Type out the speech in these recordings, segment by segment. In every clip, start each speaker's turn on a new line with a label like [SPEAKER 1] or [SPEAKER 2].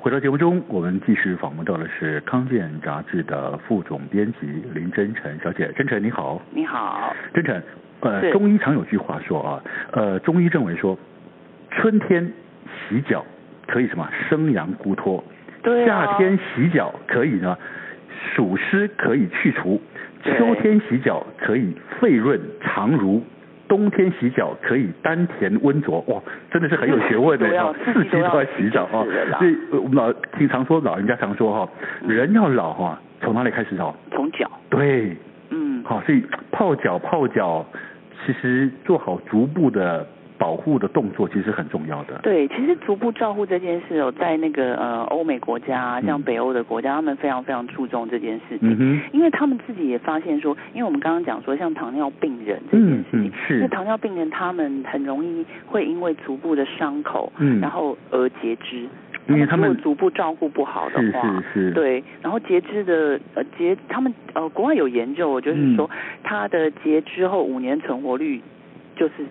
[SPEAKER 1] 回到节目中，我们继续访问到的是《康健》杂志的副总编辑林真诚小姐。真诚你好，
[SPEAKER 2] 你好，
[SPEAKER 1] 真诚，呃，
[SPEAKER 2] 是
[SPEAKER 1] 中医常有句话说啊，呃，中医认为说，春天洗脚可以什么生阳固脱，
[SPEAKER 2] 对啊
[SPEAKER 1] 夏天洗脚可以呢暑湿可以去除，
[SPEAKER 2] 对
[SPEAKER 1] 秋天洗脚可以肺润肠濡。冬天洗脚可以丹田温浊，哇，真的是很有学问的
[SPEAKER 2] 都要
[SPEAKER 1] 啊！四季都要洗脚啊
[SPEAKER 2] 自己都要洗就是了，
[SPEAKER 1] 所以呃我们老经常说老人家常说哈，人要老哈，从哪里开始老？
[SPEAKER 2] 从脚，
[SPEAKER 1] 对，
[SPEAKER 2] 嗯，
[SPEAKER 1] 好，所以泡脚泡脚，其实做好足部的保护的动作，其实很重要的。
[SPEAKER 2] 对，其实足部照护这件事哦，在那个呃欧美国家，像
[SPEAKER 1] 嗯
[SPEAKER 2] 北欧的国家，他们非常非常注重这件事情，
[SPEAKER 1] 嗯哼，
[SPEAKER 2] 因为他们自己也发现说，因为我们刚刚讲说，像糖尿病人这件
[SPEAKER 1] 嗯
[SPEAKER 2] 事情，
[SPEAKER 1] 嗯
[SPEAKER 2] 那
[SPEAKER 1] 是，
[SPEAKER 2] 糖尿病人他们很容易会因为足部的伤口，
[SPEAKER 1] 嗯
[SPEAKER 2] 然后而截肢，
[SPEAKER 1] 因为他
[SPEAKER 2] 如
[SPEAKER 1] 们
[SPEAKER 2] 果足部照顾不好的
[SPEAKER 1] 是
[SPEAKER 2] 话，
[SPEAKER 1] 是是，，
[SPEAKER 2] 对，然后截肢的呃截，他们呃国外有研究，就是
[SPEAKER 1] 嗯
[SPEAKER 2] 说它的截肢后五年存活率就是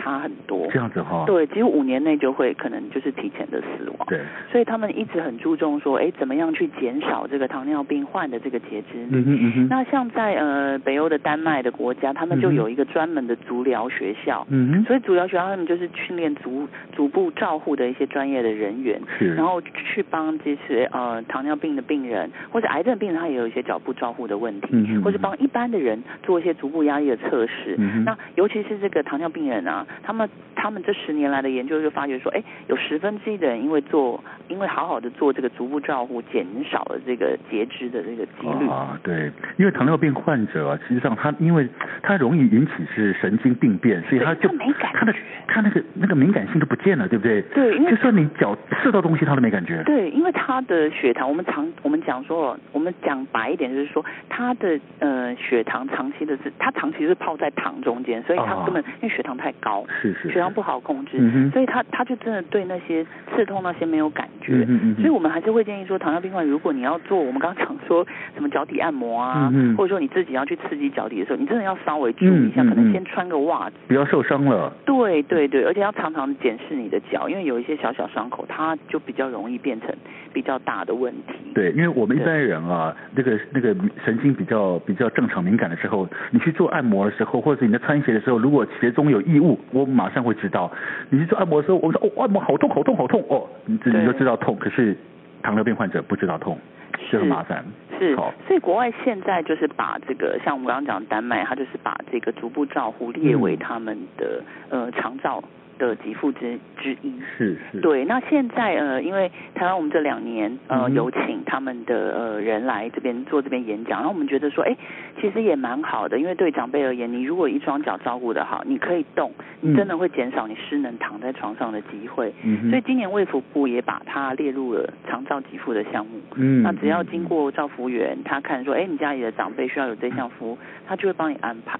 [SPEAKER 2] 差很多
[SPEAKER 1] 这，样子哈，
[SPEAKER 2] 对，几乎五年内就会可能就是提前的死亡。
[SPEAKER 1] 啊对，
[SPEAKER 2] 所以他们一直很注重说，哎，怎么样去减少这个糖尿病患的这个截肢率？
[SPEAKER 1] 嗯哼嗯哼，
[SPEAKER 2] 那像在呃北欧的丹麦的国家，他们就
[SPEAKER 1] 嗯哼
[SPEAKER 2] 有一个专门的足疗学校，
[SPEAKER 1] 嗯哼，
[SPEAKER 2] 所以足疗学校他们就是训练足足部照护的一些专业的人员，
[SPEAKER 1] 是，
[SPEAKER 2] 然后去帮这些呃糖尿病的病人或者癌症病人，他也有一些脚部照护的问题，
[SPEAKER 1] 嗯哼
[SPEAKER 2] 或者帮一般的人做一些足部压力的测试。
[SPEAKER 1] 嗯哼
[SPEAKER 2] 那尤其是这个糖尿病人啊，他们他们这十年来的研究就发觉说，哎，有十分之一的人因为做因为好好的做这个足部照护，减少了这个截肢的这个几率。
[SPEAKER 1] 啊，对，因为糖尿病患者啊，实际上他因为他容易引起是神经病变，所以
[SPEAKER 2] 对
[SPEAKER 1] 他就
[SPEAKER 2] 他没感觉
[SPEAKER 1] 他的他那个那个敏感性都不见了，对不对？
[SPEAKER 2] 对因为
[SPEAKER 1] 就算你脚刺到东西，他都没感 觉。
[SPEAKER 2] 对，因为他的血糖，我们常我们讲说，我们讲白一点就是说，他的呃血糖长期的是，他长期是泡在糖中间，所以他
[SPEAKER 1] 啊
[SPEAKER 2] 根本、因为血糖太高，
[SPEAKER 1] 是是
[SPEAKER 2] 血糖
[SPEAKER 1] 是
[SPEAKER 2] 不好控制，
[SPEAKER 1] 嗯哼
[SPEAKER 2] 所以他他就真的对那些刺痛那些没有感觉。
[SPEAKER 1] 嗯哼嗯哼
[SPEAKER 2] 所以我们还是会建议说，糖尿病患如果你要做，我们刚刚讲说什么脚底按摩啊，
[SPEAKER 1] 嗯哼
[SPEAKER 2] 或者说你自己要去刺激脚底的时候，你真的要稍微注意一下，
[SPEAKER 1] 嗯嗯
[SPEAKER 2] 可能
[SPEAKER 1] 嗯
[SPEAKER 2] 先穿个袜子。
[SPEAKER 1] 不要受伤了。
[SPEAKER 2] 对对对，而且要常常检视你的脚，因为有一些小小伤口，它就比较容易变成比较大的问题。
[SPEAKER 1] 对，因为我们一
[SPEAKER 2] 对
[SPEAKER 1] 般人啊，那个那个神经比较比较正常敏感的时候，你去做按摩的时候，或者你在穿鞋的时候，如果鞋中有异物，我马上会知道。你去做按摩的时候，我说哦，按摩好痛好痛好痛哦，你自己
[SPEAKER 2] 对
[SPEAKER 1] 就知道痛。可是糖尿病患者不知道痛，
[SPEAKER 2] 是
[SPEAKER 1] 就很麻烦。
[SPEAKER 2] 是
[SPEAKER 1] 好，
[SPEAKER 2] 所以国外现在就是把这个，像我们刚刚讲丹麦，它就是把这个足部照护列为
[SPEAKER 1] 嗯
[SPEAKER 2] 他们的、呃长照的给付之之一。
[SPEAKER 1] 是是，
[SPEAKER 2] 对，那现在呃，因为台湾我们这两年
[SPEAKER 1] 嗯
[SPEAKER 2] 呃
[SPEAKER 1] 哼
[SPEAKER 2] 有请他们的呃人来这边做这边演讲，然后我们觉得说，哎，其实也蛮好的，因为对长辈而言，你如果一双脚照顾得好，你可以动，你真的会减少你失能躺在床上的机会。
[SPEAKER 1] 嗯哼，
[SPEAKER 2] 所以今年卫福部也把它列入了长照给付的项目。
[SPEAKER 1] 嗯，
[SPEAKER 2] 那只要经过照服务员，他看说，哎，你家里的长辈需要有这项服务，他就会帮你安排。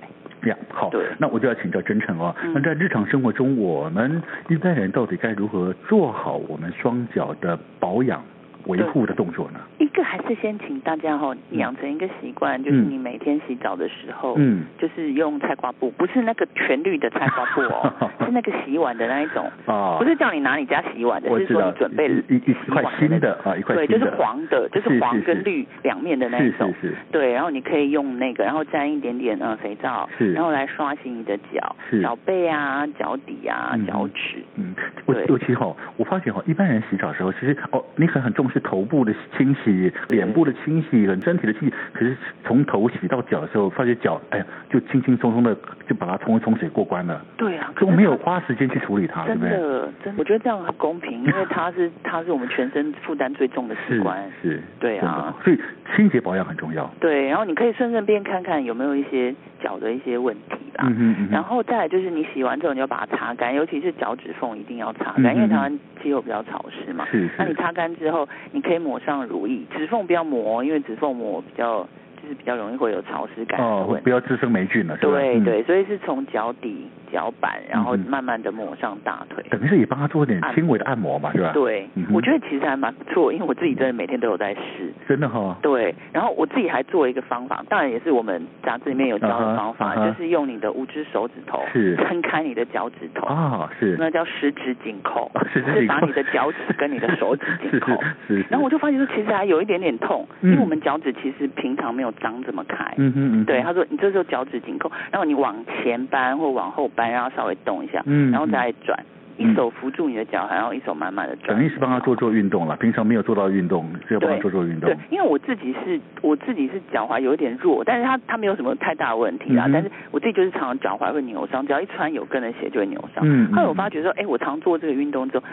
[SPEAKER 1] 呀，好
[SPEAKER 2] 对，
[SPEAKER 1] 那我就要请教真诚哦。
[SPEAKER 2] 嗯
[SPEAKER 1] 那在日常生活中，我们一般人到底该如何做好我们双脚的保养维护的动作呢？
[SPEAKER 2] 一个还是先请大家哈、哦、
[SPEAKER 1] 嗯
[SPEAKER 2] 养成一个习惯，就是
[SPEAKER 1] 嗯
[SPEAKER 2] 你每天洗澡的时候，
[SPEAKER 1] 嗯，，
[SPEAKER 2] 就是用菜瓜布，不是那个全绿的菜瓜布哦 是那个洗碗的那一种，
[SPEAKER 1] 啊，
[SPEAKER 2] 不是叫你拿你家洗碗的，
[SPEAKER 1] 我
[SPEAKER 2] 是
[SPEAKER 1] 知
[SPEAKER 2] 说
[SPEAKER 1] 道
[SPEAKER 2] 你准备
[SPEAKER 1] 一一一块新的啊，一块
[SPEAKER 2] 对，
[SPEAKER 1] 新的，
[SPEAKER 2] 就是黄的，就是
[SPEAKER 1] 是
[SPEAKER 2] 黄
[SPEAKER 1] 是
[SPEAKER 2] 跟
[SPEAKER 1] 是
[SPEAKER 2] 绿两面的那一
[SPEAKER 1] 是
[SPEAKER 2] 种
[SPEAKER 1] 是。是
[SPEAKER 2] 对，然后你可以用那个，然后沾一点点呃肥皂，
[SPEAKER 1] 是
[SPEAKER 2] 然后来刷新你的脚
[SPEAKER 1] 是、
[SPEAKER 2] 脚背啊、脚底啊
[SPEAKER 1] 嗯、哼
[SPEAKER 2] 脚趾。
[SPEAKER 1] 嗯，我
[SPEAKER 2] 对
[SPEAKER 1] 尤其哈，我发觉哈，一般人洗澡的时候，其实哦，你可能很重视是头部的清洗、脸部的清洗、很身体的清洗，可是从头洗到脚的时候，发觉脚哎呀，就轻轻松松的就把它冲一冲水过关了，
[SPEAKER 2] 对啊，
[SPEAKER 1] 就没有花时间去处理它，对
[SPEAKER 2] 真
[SPEAKER 1] 不对？
[SPEAKER 2] 的，真的，我觉得这样很公平，因为它是它是我们全身负担最重的器
[SPEAKER 1] 是
[SPEAKER 2] 官。
[SPEAKER 1] 是，
[SPEAKER 2] 对啊
[SPEAKER 1] 真的，所以清洁保养很重要。
[SPEAKER 2] 对，然后你可以顺顺便看看有没有一些脚的一些问题吧。
[SPEAKER 1] 嗯哼嗯哼
[SPEAKER 2] 啊然后再来就是你洗完之后你要把它擦干，尤其是脚趾缝一定要擦
[SPEAKER 1] 嗯嗯
[SPEAKER 2] 干，
[SPEAKER 1] 嗯
[SPEAKER 2] 因为台湾气候比较潮湿嘛。
[SPEAKER 1] 是是
[SPEAKER 2] 那你擦干之后，你可以抹上乳液，指缝不要抹，哦因为指缝抹比较就是比较容易会有潮湿感染的
[SPEAKER 1] 哦
[SPEAKER 2] 问，题。
[SPEAKER 1] 不要滋生霉菌了，是吧？
[SPEAKER 2] 对
[SPEAKER 1] 嗯。
[SPEAKER 2] 对，所以是从脚底、脚板，然后
[SPEAKER 1] 嗯嗯
[SPEAKER 2] 慢慢的抹上大腿。
[SPEAKER 1] 等于是也帮他做一点轻微的按摩嘛，是吧？
[SPEAKER 2] 对
[SPEAKER 1] 嗯，哼
[SPEAKER 2] 我觉得其实还蛮不错，因为我自己真的每天都有在试。
[SPEAKER 1] 真的哈、哦。
[SPEAKER 2] 对，然后我自己还做一个方法，当然也是我们杂志里面有教
[SPEAKER 1] 啊哈
[SPEAKER 2] 的方法
[SPEAKER 1] 啊哈
[SPEAKER 2] 就是用你的五只手指头
[SPEAKER 1] 是
[SPEAKER 2] 撑开你的脚趾头，
[SPEAKER 1] 啊，是。
[SPEAKER 2] 那叫十指紧扣，
[SPEAKER 1] 啊是
[SPEAKER 2] 是把你的脚趾跟你的手指紧扣。
[SPEAKER 1] 是是是。
[SPEAKER 2] 然后我
[SPEAKER 1] 就，
[SPEAKER 2] 就发现说，其实还有一点点痛，
[SPEAKER 1] 嗯
[SPEAKER 2] 因为我们脚趾其实平常没有张这么开。
[SPEAKER 1] 嗯哼嗯哼
[SPEAKER 2] 对，他说你这时候脚趾紧扣，然后你往前扳或往后扳，让它稍微动一下，
[SPEAKER 1] 嗯
[SPEAKER 2] 然后
[SPEAKER 1] 嗯
[SPEAKER 2] 再转，
[SPEAKER 1] 嗯
[SPEAKER 2] 一手扶住你的脚，然后一手慢慢的转。
[SPEAKER 1] 等于是帮他做做运动了，平常没有做到运动，只有帮他
[SPEAKER 2] 对
[SPEAKER 1] 做做运动
[SPEAKER 2] 对。，因为我自己是我自己是脚踝有一点弱，但是它它没有什么太大的问题
[SPEAKER 1] 嗯
[SPEAKER 2] 啦。
[SPEAKER 1] 哼
[SPEAKER 2] 但是我自己就是常常脚踝会扭伤，只要一穿有跟的鞋就会扭伤。
[SPEAKER 1] 嗯嗯
[SPEAKER 2] 后来我发觉说，哎，我常做这个运动之后，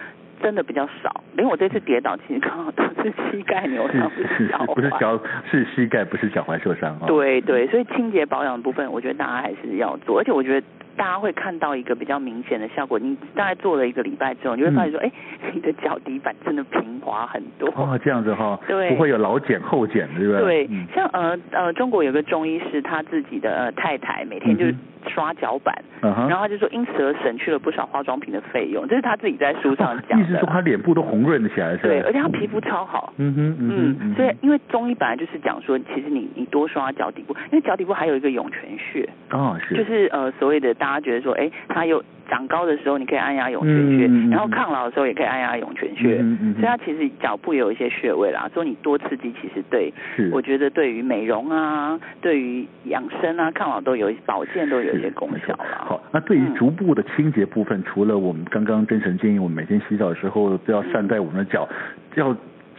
[SPEAKER 2] 真的比较少，连我这次跌倒其实刚好都是膝盖扭
[SPEAKER 1] 是
[SPEAKER 2] 伤，
[SPEAKER 1] 是
[SPEAKER 2] 脚
[SPEAKER 1] 是，
[SPEAKER 2] 踝。
[SPEAKER 1] 不是脚是膝盖，不是脚踝受伤啊。，
[SPEAKER 2] 对对，所以清洁保养的部分，我觉得大家还是要做，而且我觉得。大家会看到一个比较明显的效果，你大概做了一个礼拜之后，你会
[SPEAKER 1] 嗯
[SPEAKER 2] 发现说，哎、你的脚底板真的平滑很多。
[SPEAKER 1] 哦，这样子哈、
[SPEAKER 2] 对
[SPEAKER 1] 不会有老茧后茧，对不
[SPEAKER 2] 对
[SPEAKER 1] 嗯，
[SPEAKER 2] 像呃呃，中国有个中医师，他自己的呃太太每天就是
[SPEAKER 1] 嗯
[SPEAKER 2] 刷脚板，
[SPEAKER 1] 嗯哼
[SPEAKER 2] 然后他就说，因此而省去了不少化妆品的费用，这是他自己在书上讲
[SPEAKER 1] 意思
[SPEAKER 2] 的
[SPEAKER 1] 说
[SPEAKER 2] 啦。
[SPEAKER 1] 他脸部都红润起来是吧？
[SPEAKER 2] 对，而且他皮肤超好。
[SPEAKER 1] 嗯哼嗯哼嗯哼，
[SPEAKER 2] 所以因为中医本来就是讲说，其实你你多刷脚底部，因为脚底部还有一个涌泉穴，
[SPEAKER 1] 哦是，
[SPEAKER 2] 就是呃所谓的大家觉得说，哎，它有长高的时候你可以按压涌泉
[SPEAKER 1] 嗯
[SPEAKER 2] 穴，
[SPEAKER 1] 嗯嗯嗯
[SPEAKER 2] 然后抗老的时候也可以按压涌泉穴，
[SPEAKER 1] 嗯嗯嗯嗯
[SPEAKER 2] 所以它其实脚部也有一些穴位啦，所以你多刺激其实对
[SPEAKER 1] 是
[SPEAKER 2] 我觉得对于美容啊，对于养生啊、抗老都有保健都有一些功效啦。
[SPEAKER 1] 好，那对于
[SPEAKER 2] 嗯
[SPEAKER 1] 足部的清洁部分，除了我们刚刚真神建议我们每天洗澡的时候都要
[SPEAKER 2] 嗯
[SPEAKER 1] 善待我们的脚，要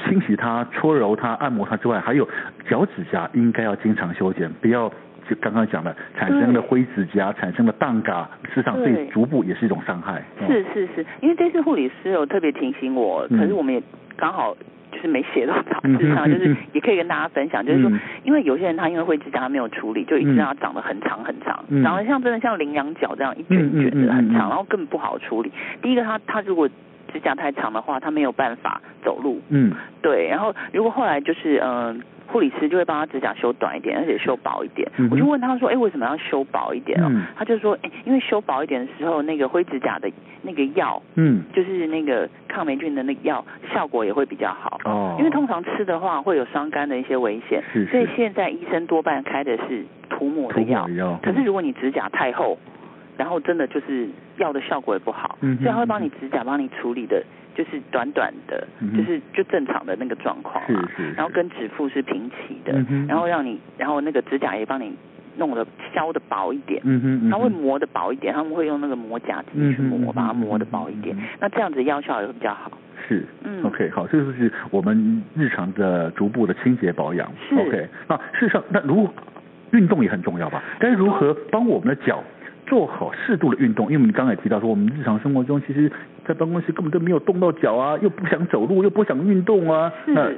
[SPEAKER 1] 清洗它、搓揉它、按摩它之外，还有脚趾甲应该要经常修剪，不要。就刚刚讲的，产生了
[SPEAKER 2] 对
[SPEAKER 1] 灰指甲，产生了蛋嘎，事实上对
[SPEAKER 2] 对
[SPEAKER 1] 足部也是一种伤害。嗯
[SPEAKER 2] 是是是，因为这次护理师有特别提醒我，
[SPEAKER 1] 嗯
[SPEAKER 2] 可是我们也刚好。就是没写到 杂志
[SPEAKER 1] 嗯
[SPEAKER 2] 上，
[SPEAKER 1] 哼
[SPEAKER 2] 就是也可以跟大家分享，就是说
[SPEAKER 1] 嗯，
[SPEAKER 2] 因为有些人他因为灰指甲他没有处理，就一直
[SPEAKER 1] 嗯
[SPEAKER 2] 让它长得很长很长，
[SPEAKER 1] 嗯
[SPEAKER 2] 长得像真的像羚羊角这样一卷
[SPEAKER 1] 嗯嗯
[SPEAKER 2] 一卷的很
[SPEAKER 1] 嗯嗯嗯
[SPEAKER 2] 长，然后更不好处理。第一个，他他如果指甲太长的话，他没有办法走路，
[SPEAKER 1] 嗯，
[SPEAKER 2] 对，然后如果后来就是嗯。护理师就会帮他指甲修短一点，而且修薄一点。
[SPEAKER 1] 嗯哼
[SPEAKER 2] 我就问他说：“哎，为什么要修薄一点、哦？”
[SPEAKER 1] 嗯
[SPEAKER 2] 他就说：“哎，因为修薄一点的时候，那个灰指甲的那个药，
[SPEAKER 1] 嗯，
[SPEAKER 2] 就是那个抗霉菌的那个药，效果也会比较好。
[SPEAKER 1] 哦，
[SPEAKER 2] 因为通常吃的话会有伤肝的一些危险，
[SPEAKER 1] 是是
[SPEAKER 2] 所以现在医生多半开的是涂抹的药。
[SPEAKER 1] 涂抹药
[SPEAKER 2] 可是如果你指甲太厚，然后真的就是药的效果也不好，
[SPEAKER 1] 嗯哼
[SPEAKER 2] 所以他会帮你指甲帮你处理的，就是短短的，
[SPEAKER 1] 嗯哼
[SPEAKER 2] 就是就正常的那个状况、啊，
[SPEAKER 1] 是是是
[SPEAKER 2] 然后跟指腹是平齐的，
[SPEAKER 1] 嗯哼
[SPEAKER 2] 然后让你，然后那个指甲也帮你弄的削的薄一点。
[SPEAKER 1] 嗯哼，嗯哼
[SPEAKER 2] 它会磨的薄一点，他们会用那个磨甲机去
[SPEAKER 1] 嗯哼嗯
[SPEAKER 2] 磨，
[SPEAKER 1] 哼
[SPEAKER 2] 把它磨的薄一点
[SPEAKER 1] 嗯哼。
[SPEAKER 2] 那这样子药效也会比较好。
[SPEAKER 1] 是，
[SPEAKER 2] 嗯
[SPEAKER 1] o k 好，这就是我们日常的逐步的清洁保养
[SPEAKER 2] 是
[SPEAKER 1] ，OK。那事实上，那如运动也很重要吧？该如何帮我们的脚做好适度的运动？因为你刚才也提到说，我们日常生活中其实，在办公室根本都没有动到脚啊，又不想走路，又不想运动啊，
[SPEAKER 2] 是
[SPEAKER 1] 那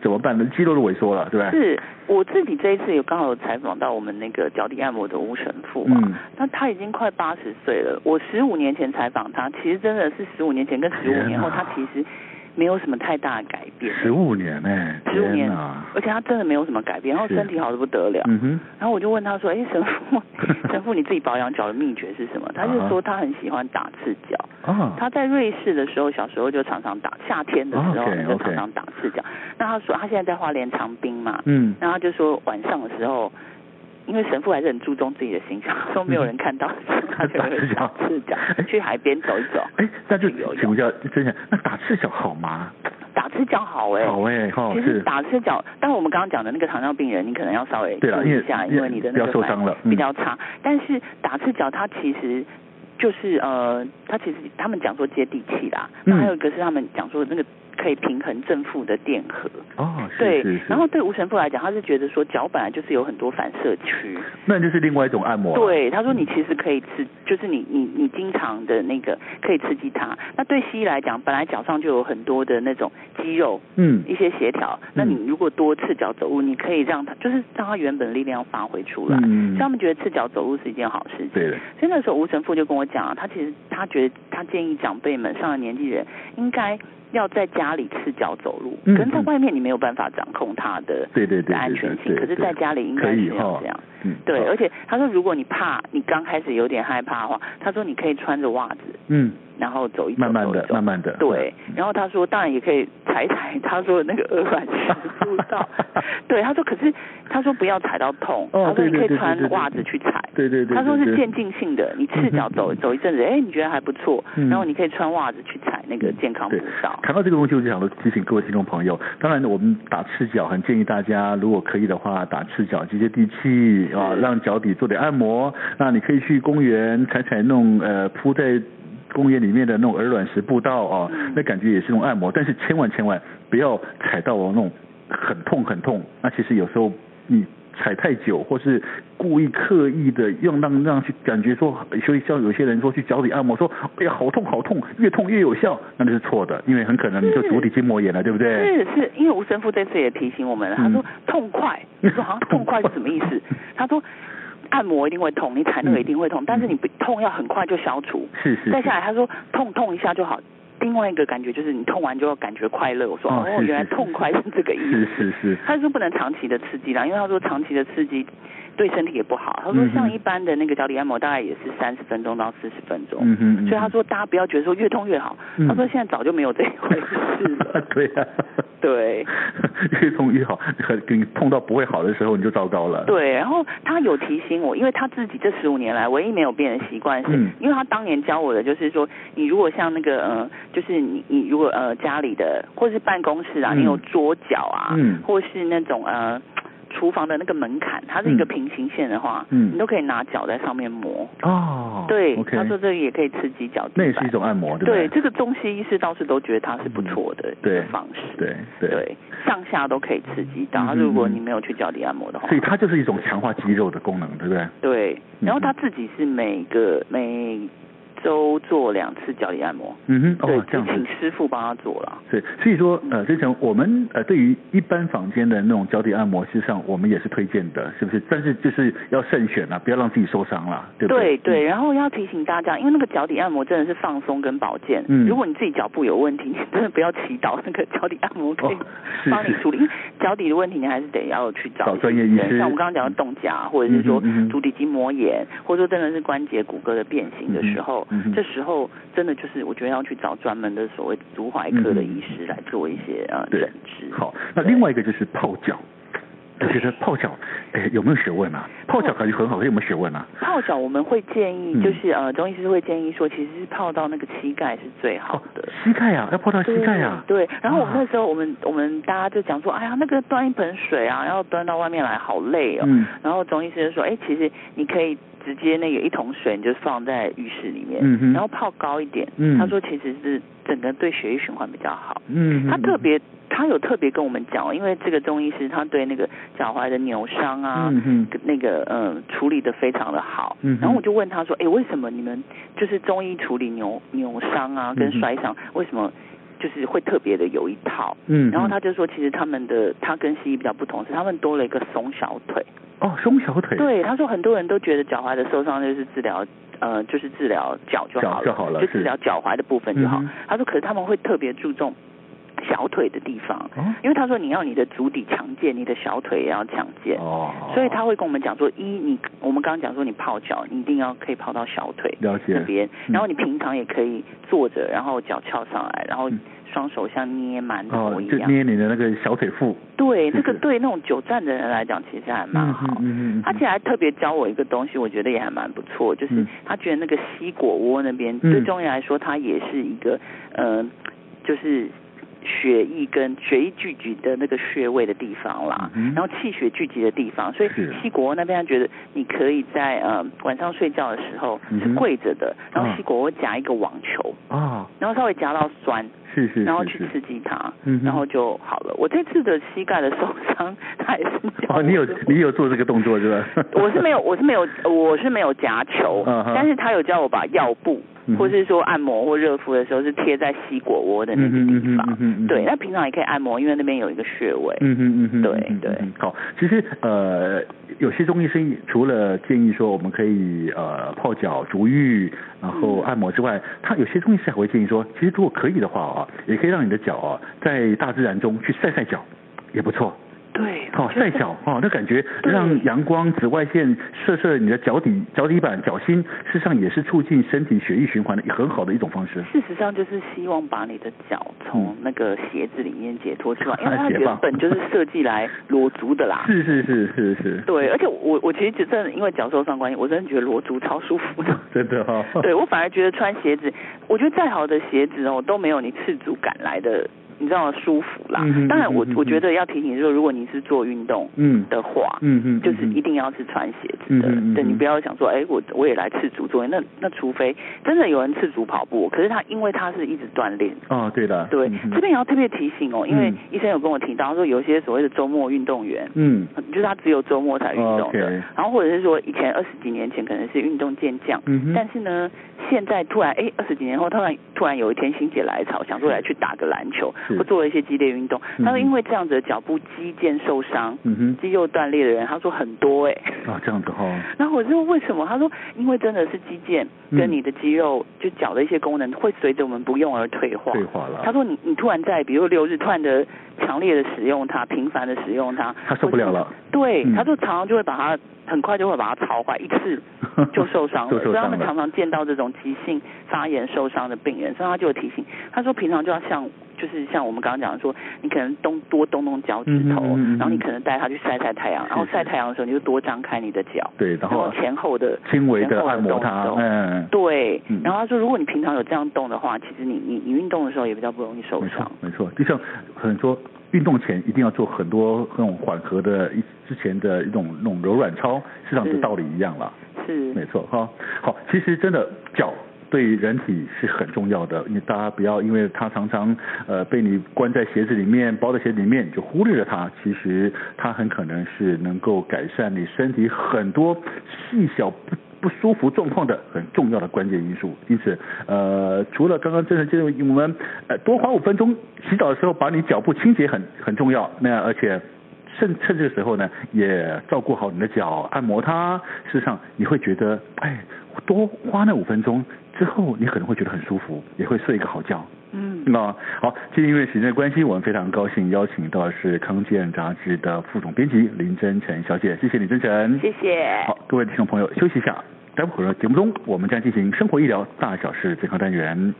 [SPEAKER 1] 怎么办呢？肌肉都萎缩了，对不对？
[SPEAKER 2] 嗯是我自己这一次有刚好有采访到我们那个脚底按摩的吴神父嘛，
[SPEAKER 1] 嗯
[SPEAKER 2] 那他已经快八十岁了。我十五年前采访他，其实真的是十五年前跟十五年后，
[SPEAKER 1] 天
[SPEAKER 2] 他
[SPEAKER 1] 哪
[SPEAKER 2] 其实没有什么太大的改变，
[SPEAKER 1] 十五年哎、
[SPEAKER 2] 十五
[SPEAKER 1] 天
[SPEAKER 2] 年
[SPEAKER 1] 哪，，
[SPEAKER 2] 而且他真的没有什么改变，然后
[SPEAKER 1] 是
[SPEAKER 2] 身体好的不得了。
[SPEAKER 1] 嗯哼，
[SPEAKER 2] 然后我就问他说：“哎，神 父，神父，你自己保养脚的秘诀是什么？”他就说他很喜欢打赤脚，
[SPEAKER 1] 啊，
[SPEAKER 2] 他在瑞士的时候，小时候就常常打，夏天的时候
[SPEAKER 1] OK，OK
[SPEAKER 2] 他就常常打赤脚。那他说他现在在花莲长滨嘛，
[SPEAKER 1] 嗯，
[SPEAKER 2] 然后他就说晚上的时候，因为神父还是很注重自己的形象，说没有人看到的时候，他就会 打赤脚
[SPEAKER 1] 啊
[SPEAKER 2] 去海边走一走。
[SPEAKER 1] 哎，那就
[SPEAKER 2] 去游
[SPEAKER 1] 请
[SPEAKER 2] 泳，
[SPEAKER 1] 教真的，那打赤脚好吗？
[SPEAKER 2] 打赤脚好哎、
[SPEAKER 1] 好哎、哈、
[SPEAKER 2] 其实
[SPEAKER 1] 是。
[SPEAKER 2] 打赤脚，但我们刚刚讲的那个糖尿病人，你可能要稍微注
[SPEAKER 1] 对了
[SPEAKER 2] 意一下，
[SPEAKER 1] 因为
[SPEAKER 2] 因为你的
[SPEAKER 1] 不
[SPEAKER 2] 那
[SPEAKER 1] 要
[SPEAKER 2] 个
[SPEAKER 1] 受伤了嗯
[SPEAKER 2] 比较差。但是打赤脚，它其实就是呃，它其实他们讲说接地气啦。
[SPEAKER 1] 嗯
[SPEAKER 2] 那还有一个是他们讲说那个可以平衡正负的电荷。
[SPEAKER 1] 哦，是
[SPEAKER 2] 对
[SPEAKER 1] 是是，，
[SPEAKER 2] 然后对吴神父来讲，他是觉得说脚本来就是有很多反射区。
[SPEAKER 1] 那就是另外一种按摩啊了，
[SPEAKER 2] 对，他说你其实可以刺，就是你你你经常的那个可以刺激它。那对西医来讲，本来脚上就有很多的那种肌肉，
[SPEAKER 1] 嗯
[SPEAKER 2] 一些协调。那
[SPEAKER 1] 嗯
[SPEAKER 2] 你如果多赤脚走路，你可以让它就是让它原本的力量发挥出来。所
[SPEAKER 1] 嗯
[SPEAKER 2] 以，他们觉得赤脚走路是一件好事情。
[SPEAKER 1] 对的，
[SPEAKER 2] 所以那时候吴神父就跟我讲啊，他其实他觉得他建议长辈们上了年纪人应该要在家里赤脚走路，
[SPEAKER 1] 嗯
[SPEAKER 2] 可能在
[SPEAKER 1] 嗯
[SPEAKER 2] 外面你没有办法掌控他的
[SPEAKER 1] 对对对对
[SPEAKER 2] 安全
[SPEAKER 1] 对
[SPEAKER 2] 性，可是
[SPEAKER 1] 对
[SPEAKER 2] 在家里应
[SPEAKER 1] 可
[SPEAKER 2] 该
[SPEAKER 1] 以
[SPEAKER 2] 是要
[SPEAKER 1] 哈
[SPEAKER 2] 这样。
[SPEAKER 1] 嗯，
[SPEAKER 2] 对，
[SPEAKER 1] 好
[SPEAKER 2] 而且他说如果你怕，你刚开始有点害怕的话，他说你可以穿着袜子，
[SPEAKER 1] 嗯，
[SPEAKER 2] 然后走一走，
[SPEAKER 1] 慢慢的
[SPEAKER 2] 走一，走
[SPEAKER 1] 慢慢的，
[SPEAKER 2] 对
[SPEAKER 1] 嗯，
[SPEAKER 2] 然后他说，当然也可以踩一踩他说的那个鹅卵石步 道。对，他说，可是他说不要踩到痛，
[SPEAKER 1] 哦
[SPEAKER 2] 他说你
[SPEAKER 1] 对对
[SPEAKER 2] 可
[SPEAKER 1] 对
[SPEAKER 2] 以
[SPEAKER 1] 对
[SPEAKER 2] 穿
[SPEAKER 1] 对对
[SPEAKER 2] 袜子去踩。
[SPEAKER 1] 对对对，嗯
[SPEAKER 2] 他说
[SPEAKER 1] 对
[SPEAKER 2] 是
[SPEAKER 1] 对
[SPEAKER 2] 渐进性的，你赤脚走走一阵子，哎，你觉得还不错，
[SPEAKER 1] 嗯
[SPEAKER 2] 然后你可以穿袜子去踩那个健康步
[SPEAKER 1] 对
[SPEAKER 2] 道。
[SPEAKER 1] 谈到这个东西，我就想说提醒各位听众朋友，当然呢我们打赤脚很建议大家，如果可以的话，打赤脚接接地气啊，
[SPEAKER 2] 是
[SPEAKER 1] 让脚底做点按摩。那你可以去公园踩踩那种呃铺在公园里面的那种鹅卵石步道啊，
[SPEAKER 2] 嗯
[SPEAKER 1] 那感觉也是一种按摩，但是千万千万不要踩到那种很痛很痛。那其实有时候你。踩太久，或是故意刻意的让让让去感觉说，所以像有些人说去脚底按摩，说哎呀好痛好痛，越痛越有效，那就是错的，因为很可能你就是足底筋膜炎了，对不对？嗯
[SPEAKER 2] 是是，因为吴神父这次也提醒我们了，他说 痛快，我说好像痛快是什么意思？他说按摩一定会痛，你踩那个一定会痛，但是你不痛要很快就消除。
[SPEAKER 1] 嗯是是
[SPEAKER 2] 再
[SPEAKER 1] 是
[SPEAKER 2] 下来他说痛痛一下就好。另外一个感觉就是你痛完就要感觉快乐。我说
[SPEAKER 1] 哦
[SPEAKER 2] 哦，
[SPEAKER 1] 是
[SPEAKER 2] 原来
[SPEAKER 1] 是是
[SPEAKER 2] 痛快是这个意思
[SPEAKER 1] 是。是是，
[SPEAKER 2] 他说不能长期的刺激啦，因为他说长期的刺激对身体也不好。他说
[SPEAKER 1] 嗯哼
[SPEAKER 2] 像一般的那个脚底按摩大概也是三十分钟到四十分钟，
[SPEAKER 1] 嗯哼，嗯哼
[SPEAKER 2] 所以他 说大家不要觉得说越痛越好。
[SPEAKER 1] 嗯
[SPEAKER 2] 他说现在早就没有这一回事 了。
[SPEAKER 1] 对啊呀、
[SPEAKER 2] 对，
[SPEAKER 1] 越痛越好，很你痛到不会好的时候你就糟糕了。
[SPEAKER 2] 对，然后他有提醒我，因为他自己这十五年来唯一没有变的习惯是，
[SPEAKER 1] 嗯
[SPEAKER 2] 因为他当年教我的就是说，你如果像那个呃，就是你你如果呃家里的或是办公室啊，
[SPEAKER 1] 嗯
[SPEAKER 2] 你有桌角啊，
[SPEAKER 1] 嗯
[SPEAKER 2] 或是那种呃厨房的那个门槛，它是一个
[SPEAKER 1] 嗯
[SPEAKER 2] 平行线的话，
[SPEAKER 1] 嗯
[SPEAKER 2] 你都可以拿脚在上面磨。
[SPEAKER 1] 哦，
[SPEAKER 2] 对
[SPEAKER 1] o k
[SPEAKER 2] 他说这个也可以刺激脚底
[SPEAKER 1] 那
[SPEAKER 2] 板。
[SPEAKER 1] 也是一种按摩，对不对？
[SPEAKER 2] 对这个中西医师倒是都觉得它是不错的一个
[SPEAKER 1] 对
[SPEAKER 2] 方式。
[SPEAKER 1] 对对
[SPEAKER 2] 对，上下都可以刺激到。
[SPEAKER 1] 嗯
[SPEAKER 2] 他说如果
[SPEAKER 1] 嗯嗯
[SPEAKER 2] 你没有去脚底按摩的话，
[SPEAKER 1] 所以它就是一种强化肌肉的功能，对不对？
[SPEAKER 2] 对，然后
[SPEAKER 1] 嗯
[SPEAKER 2] 他自己是每个每周做两次脚底按摩，
[SPEAKER 1] 嗯哼，
[SPEAKER 2] 对，
[SPEAKER 1] 哦，这
[SPEAKER 2] 就
[SPEAKER 1] 样子
[SPEAKER 2] 请。师傅帮他做了。
[SPEAKER 1] 对，所以说，呃，之前我们呃，对于一般坊间的那种脚底按摩，事实上我们也是推荐的，是不是？但是就是要慎选啦、不要让自己受伤啦，对不
[SPEAKER 2] 对
[SPEAKER 1] 对？嗯
[SPEAKER 2] 对，然后要提醒大家，因为那个脚底按摩真的是放松跟保健。
[SPEAKER 1] 嗯
[SPEAKER 2] 如果你自己脚部有问题，你真的不要祈祷那个脚底按摩可以
[SPEAKER 1] 哦是
[SPEAKER 2] 帮你
[SPEAKER 1] 是
[SPEAKER 2] 处理，因为脚底的问题你还是得要去找
[SPEAKER 1] 找
[SPEAKER 2] 一些
[SPEAKER 1] 专业医
[SPEAKER 2] 人
[SPEAKER 1] 师
[SPEAKER 2] 像我们刚刚讲的冻甲，或者是说
[SPEAKER 1] 嗯哼嗯哼
[SPEAKER 2] 足底筋膜炎，或者说真的是关节骨骼的变形的时候
[SPEAKER 1] 嗯哼嗯，哼
[SPEAKER 2] 这时候真的就是我觉得要去找专门的所谓足踝科的医师来做一些呃
[SPEAKER 1] 对
[SPEAKER 2] 诊治。
[SPEAKER 1] 好，那另外一个就是泡脚，我觉得泡脚，哎，有没有学问啊？泡脚感觉很好，有没有学问啊？
[SPEAKER 2] 泡脚我们会建议，
[SPEAKER 1] 嗯
[SPEAKER 2] 就是呃，中医师会建议说，其实是泡到那个膝盖是最好
[SPEAKER 1] 哦
[SPEAKER 2] 的。，
[SPEAKER 1] 膝盖啊，要泡到膝
[SPEAKER 2] 对
[SPEAKER 1] 盖啊。
[SPEAKER 2] 对，然后我们
[SPEAKER 1] 啊
[SPEAKER 2] 那时候，我们我们大家就讲说，哎呀，那个端一盆水啊，要端到外面来，好累哦。
[SPEAKER 1] 嗯
[SPEAKER 2] 然后中医师就说，哎，其实你可以直接那个一桶水，你就放在浴室里面，
[SPEAKER 1] 嗯哼
[SPEAKER 2] 然后泡高一点。
[SPEAKER 1] 嗯
[SPEAKER 2] 他说其实是整个对血液循环比较好。
[SPEAKER 1] 嗯，
[SPEAKER 2] 他
[SPEAKER 1] 嗯
[SPEAKER 2] 特别，他有特别跟我们讲，哦因为这个中医师他对那个脚踝的扭伤啊，
[SPEAKER 1] 嗯嗯
[SPEAKER 2] 那个嗯处理的非常的好，
[SPEAKER 1] 嗯哼
[SPEAKER 2] 然后我就问他说，哎，为什么你们就是中医处理扭扭伤啊跟
[SPEAKER 1] 嗯哼
[SPEAKER 2] 摔伤，为什么就是会特别的有一套？
[SPEAKER 1] 嗯，
[SPEAKER 2] 然后他就说，其实他们的他跟西医比较不同是，他们多了一个松小腿。
[SPEAKER 1] 哦，松小腿，
[SPEAKER 2] 对，他说很多人都觉得脚踝的受伤就是治疗，呃，就是治疗脚就好
[SPEAKER 1] 脚
[SPEAKER 2] 了，
[SPEAKER 1] 就好了
[SPEAKER 2] 就是治疗脚踝的部分就好。
[SPEAKER 1] 嗯哼
[SPEAKER 2] 他说，可是他们会特别注重小腿的地方，
[SPEAKER 1] 哦
[SPEAKER 2] 因为他说你要你的足底强健，你的小腿也要强健。
[SPEAKER 1] 哦，
[SPEAKER 2] 所以他会跟我们讲说，一你我们刚刚讲说你泡脚，你一定要可以泡到小腿
[SPEAKER 1] 了
[SPEAKER 2] 这
[SPEAKER 1] 解，
[SPEAKER 2] 边，
[SPEAKER 1] 嗯
[SPEAKER 2] 然后你平常也可以坐着，然后脚翘上来，然后
[SPEAKER 1] 嗯
[SPEAKER 2] 双手像捏馒头
[SPEAKER 1] 哦
[SPEAKER 2] 一，
[SPEAKER 1] 就
[SPEAKER 2] 样。
[SPEAKER 1] 捏你的那个小腿腹，
[SPEAKER 2] 对，
[SPEAKER 1] 是
[SPEAKER 2] 这个
[SPEAKER 1] 是
[SPEAKER 2] 对那种久站的人来讲，其实还蛮
[SPEAKER 1] 嗯
[SPEAKER 2] 好。
[SPEAKER 1] 嗯嗯嗯，
[SPEAKER 2] 他竟然还特别教我一个东西，我觉得也还蛮不错，就是
[SPEAKER 1] 嗯
[SPEAKER 2] 他觉得那个西果窝那边、
[SPEAKER 1] 嗯
[SPEAKER 2] 对中医来说，它也是一个呃，就是血液跟血液聚集的那个穴位的地方啦，
[SPEAKER 1] 嗯哼
[SPEAKER 2] 然后气血聚集的地方，所以
[SPEAKER 1] 是
[SPEAKER 2] 西果窝那边他觉得你可以在呃晚上睡觉的时候
[SPEAKER 1] 嗯
[SPEAKER 2] 是
[SPEAKER 1] 哼
[SPEAKER 2] 跪着的，然后
[SPEAKER 1] 啊
[SPEAKER 2] 西果窝夹一个网球，
[SPEAKER 1] 啊，
[SPEAKER 2] 然后稍微夹到酸，
[SPEAKER 1] 是是
[SPEAKER 2] 然后
[SPEAKER 1] 是
[SPEAKER 2] 去
[SPEAKER 1] 是，
[SPEAKER 2] 刺激它，
[SPEAKER 1] 嗯哼
[SPEAKER 2] 然后就好了。我这次的膝盖的受伤， 它也是叫
[SPEAKER 1] 哦，你有
[SPEAKER 2] 我做
[SPEAKER 1] 你有做这个动作是吧？
[SPEAKER 2] 我是 没有，我是没有，我是没有夹球
[SPEAKER 1] 嗯哼
[SPEAKER 2] 但是他有叫我把药布
[SPEAKER 1] 嗯哼
[SPEAKER 2] 或是说按摩或热敷的时候是贴在膝果窝的那个地
[SPEAKER 1] 嗯哼嗯哼嗯
[SPEAKER 2] 方
[SPEAKER 1] 哼嗯哼。
[SPEAKER 2] 对，那平常也可以按摩，因为那边有一个穴位。
[SPEAKER 1] 嗯哼嗯哼，
[SPEAKER 2] 对
[SPEAKER 1] 嗯哼
[SPEAKER 2] 对
[SPEAKER 1] 嗯哼好，其实呃，有些中医生除了建议说我们可以呃泡脚、足浴，然
[SPEAKER 2] 嗯
[SPEAKER 1] 后按摩之外，他有些中医师还会建议说，其实如果可以的话啊，也可以让你的脚啊在大自然中去晒晒脚，也不错。
[SPEAKER 2] 对，
[SPEAKER 1] 哦，晒脚哦，那感觉
[SPEAKER 2] 对
[SPEAKER 1] 让阳光、紫外线射射你的脚底、脚底板、脚心，事实上也是促进身体血液循环的很好的一种方式。
[SPEAKER 2] 事实上就是希望把你的脚从那个鞋子里面解脱出来，因为它
[SPEAKER 1] 解
[SPEAKER 2] 原
[SPEAKER 1] 放
[SPEAKER 2] 本就是设计来裸足 的啦。
[SPEAKER 1] 是是是是是，
[SPEAKER 2] 对，而且我我其实真的因为脚受伤关系，我真的觉得裸足超舒服的。
[SPEAKER 1] 真的哈、 哦。
[SPEAKER 2] 对我反而觉得穿鞋子，我觉得再好的鞋子哦，都没有你赤足感来的，你知道舒服啦。
[SPEAKER 1] 嗯哼
[SPEAKER 2] 当然我，
[SPEAKER 1] 嗯哼
[SPEAKER 2] 我
[SPEAKER 1] 嗯哼
[SPEAKER 2] 觉得要提醒说，如果你是做运动
[SPEAKER 1] 嗯
[SPEAKER 2] 的话，
[SPEAKER 1] 嗯嗯，
[SPEAKER 2] 就是
[SPEAKER 1] 嗯
[SPEAKER 2] 一定要是穿鞋子
[SPEAKER 1] 嗯
[SPEAKER 2] 的。
[SPEAKER 1] 哼嗯哼
[SPEAKER 2] 对你不要想说，哎，我我也来赤足做，那那除非真的有人赤足跑步，可是他因为他是一直锻炼。
[SPEAKER 1] 哦，对的，
[SPEAKER 2] 对，
[SPEAKER 1] 嗯
[SPEAKER 2] 这边也要特别提醒哦，因为
[SPEAKER 1] 嗯
[SPEAKER 2] 医生有跟我提到说，有些所谓的周末运动员，
[SPEAKER 1] 嗯
[SPEAKER 2] 就是他只有周末才运动的
[SPEAKER 1] 哦 OK
[SPEAKER 2] 然后或者是说以前二十几年前可能是运动健将，
[SPEAKER 1] 嗯哼
[SPEAKER 2] 但是呢，现在突然哎，二十几年后突然突然有一天心血来潮，想说来去打个篮球
[SPEAKER 1] 是，
[SPEAKER 2] 或做了一些激烈运动。
[SPEAKER 1] 嗯
[SPEAKER 2] 他说因为这样子的脚部肌腱受伤、
[SPEAKER 1] 嗯
[SPEAKER 2] 肌肉断裂的人，他说很多哎、
[SPEAKER 1] 哼，啊，这样子哈、哦，
[SPEAKER 2] 然后我就问为什么？他说因为真的是肌腱跟你的肌肉就脚的一些功能会随着我们不用而退化。
[SPEAKER 1] 退化了，
[SPEAKER 2] 他说你你突然在比如六日突然的强烈的使用它，频繁的使用它，
[SPEAKER 1] 他受不了了，
[SPEAKER 2] 对，
[SPEAKER 1] 嗯
[SPEAKER 2] 他就常常就会把它很快就会把它炒坏，一次就受伤
[SPEAKER 1] 就
[SPEAKER 2] 了。
[SPEAKER 1] 受
[SPEAKER 2] 所以他
[SPEAKER 1] 伤
[SPEAKER 2] 们
[SPEAKER 1] 了
[SPEAKER 2] 常，常见到这种急性发炎受伤的病人，所以他就有提醒，他说平常就要像就是像我们刚刚讲的说，你可能动多动动脚趾
[SPEAKER 1] 嗯哼嗯
[SPEAKER 2] 头，
[SPEAKER 1] 哼嗯哼
[SPEAKER 2] 然后你可能带他去晒晒太阳，然后晒太阳的时候你就多张开你的脚，
[SPEAKER 1] 对，然后
[SPEAKER 2] 前后的。
[SPEAKER 1] 轻微的按摩它，
[SPEAKER 2] 前后的动作
[SPEAKER 1] 嗯，
[SPEAKER 2] 对
[SPEAKER 1] 嗯，
[SPEAKER 2] 然后他说，如果你平常有这样动的话，其实你你你运动的时候也比较不容易受
[SPEAKER 1] 没
[SPEAKER 2] 伤
[SPEAKER 1] 错。没错，就像很多运动前一定要做很多那种缓和的一之前的一种那种柔软操，市场的
[SPEAKER 2] 是
[SPEAKER 1] 道理一样了。
[SPEAKER 2] 是，
[SPEAKER 1] 没错哈。好，其实真的脚对人体是很重要的，因为大家不要因为它常常呃被你关在鞋子里面、包在鞋子里面，你就忽略了它。其实它很可能是能够改善你身体很多细小不。不舒服状况的很重要的关键因素，因此，呃，除了刚刚真的建议我们，呃，多花五分钟洗澡的时候把你脚部清洁很很重要，那而且趁趁这个时候呢，也照顾好你的脚，按摩它。事实上，你会觉得，哎，多花那五分钟之后，你可能会觉得很舒服，也会睡一个好觉。
[SPEAKER 2] 嗯，
[SPEAKER 1] 那好，今天因为时间的关系，我们非常高兴邀请到的是康健杂志的副总编辑林真诚小姐，谢谢林真诚。
[SPEAKER 2] 谢谢。
[SPEAKER 1] 好，各位听众朋友，休息一下，待会儿节目中我们将进行生活医疗大小事健康单元。